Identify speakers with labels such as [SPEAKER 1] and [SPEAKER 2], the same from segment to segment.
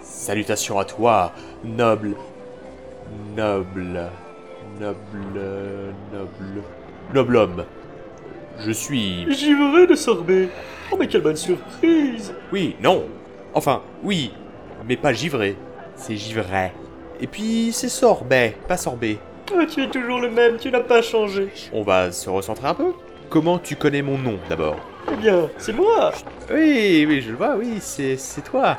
[SPEAKER 1] Salutations à toi, noble. Noble. Noble. Noble. Noble homme. Je suis.
[SPEAKER 2] Givré de sorbet Oh mais quelle bonne surprise
[SPEAKER 1] Oui, non. Enfin, oui. Mais pas givré. C'est givré. Et puis, c'est sorbet, pas sorbet.
[SPEAKER 2] Ah, Tu es toujours le même, tu n'as pas changé.
[SPEAKER 1] On va se recentrer un peu. Comment tu connais mon nom d'abord
[SPEAKER 2] Eh bien, c'est moi
[SPEAKER 1] Oui, oui, je le vois, oui, c'est c'est toi.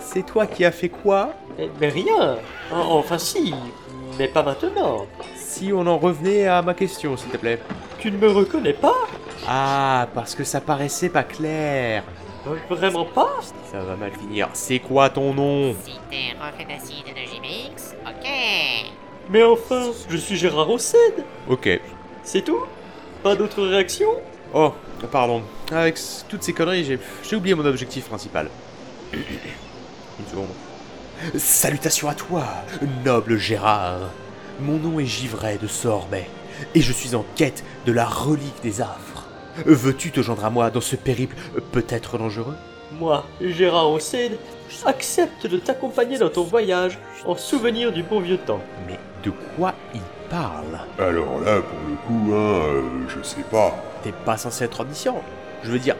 [SPEAKER 1] C'est toi qui as fait quoi
[SPEAKER 2] Eh ben rien En- Enfin si, mais pas maintenant.
[SPEAKER 1] Si on en revenait à ma question, s'il te plaît.
[SPEAKER 2] Tu ne me reconnais pas
[SPEAKER 1] Ah, parce que ça paraissait pas clair.
[SPEAKER 2] Euh, Vraiment pas
[SPEAKER 1] Ça va mal finir. C'est quoi ton nom
[SPEAKER 3] Si t'es un reflet d'acide de Gmx, ok.
[SPEAKER 2] Mais enfin, je suis Gérard Rossed
[SPEAKER 1] Ok.
[SPEAKER 2] C'est tout Pas d'autres réactions
[SPEAKER 1] Oh, pardon. Avec s- toutes ces conneries, j'ai j'ai oublié mon objectif principal. Une seconde. Salutations à toi, noble Gérard. Mon nom est Givray de Sorbet, et je suis en quête de la relique des affres. Veux-tu te joindre à moi dans ce périple peut-être dangereux
[SPEAKER 2] Moi, Gérard Rossed, accepte de t'accompagner dans ton voyage en souvenir du bon vieux temps.
[SPEAKER 1] Mais de quoi il parle
[SPEAKER 4] Alors là, pour le coup, hein, euh, je sais pas.
[SPEAKER 1] T'es pas censé être omniscient. Je veux dire,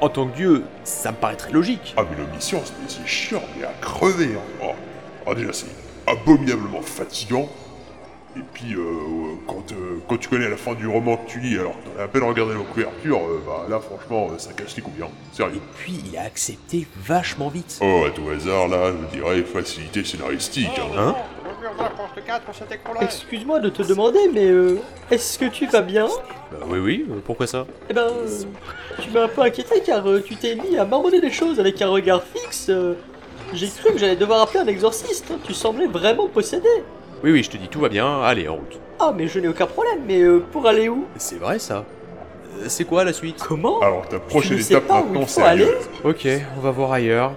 [SPEAKER 1] en tant que dieu, ça me paraît très logique.
[SPEAKER 4] Ah mais l'omniscience, mais c'est chiant, mais à crever. hein. Oh. Ah, déjà, c'est abominablement fatigant. Et puis, euh, euh, quand, euh, quand tu connais la fin du roman que tu lis, alors que t'en as à peine regardé la couverture, euh, bah là, franchement, euh, ça casse les combien. Sérieux.
[SPEAKER 1] Puis il a accepté vachement vite.
[SPEAKER 4] Oh, à tout hasard, là, je dirais facilité scénaristique. hein.
[SPEAKER 1] Hein
[SPEAKER 2] Oh.
[SPEAKER 5] Le mur de la porte 4, c'était quoi là
[SPEAKER 2] Excuse-moi de te demander, mais euh, est-ce que tu vas bien
[SPEAKER 1] Bah oui, oui, pourquoi ça
[SPEAKER 2] Eh ben, euh, tu m'as un peu inquiété car euh, tu t'es mis à marmonner les choses avec un regard fixe. euh, J'ai cru que j'allais devoir appeler un exorciste, hein, tu semblais vraiment possédé.
[SPEAKER 1] Oui, oui, je te dis, tout va bien, allez, en route.
[SPEAKER 2] Ah, mais je n'ai aucun problème, mais euh, pour aller où
[SPEAKER 1] C'est vrai ça Euh, C'est quoi la suite
[SPEAKER 2] Comment
[SPEAKER 4] Alors, ta
[SPEAKER 2] Je ne
[SPEAKER 4] prochaine
[SPEAKER 2] sais
[SPEAKER 4] étape
[SPEAKER 2] pas où il
[SPEAKER 4] maintenant,
[SPEAKER 2] faut
[SPEAKER 4] sérieuse.
[SPEAKER 1] Ok, on va voir ailleurs.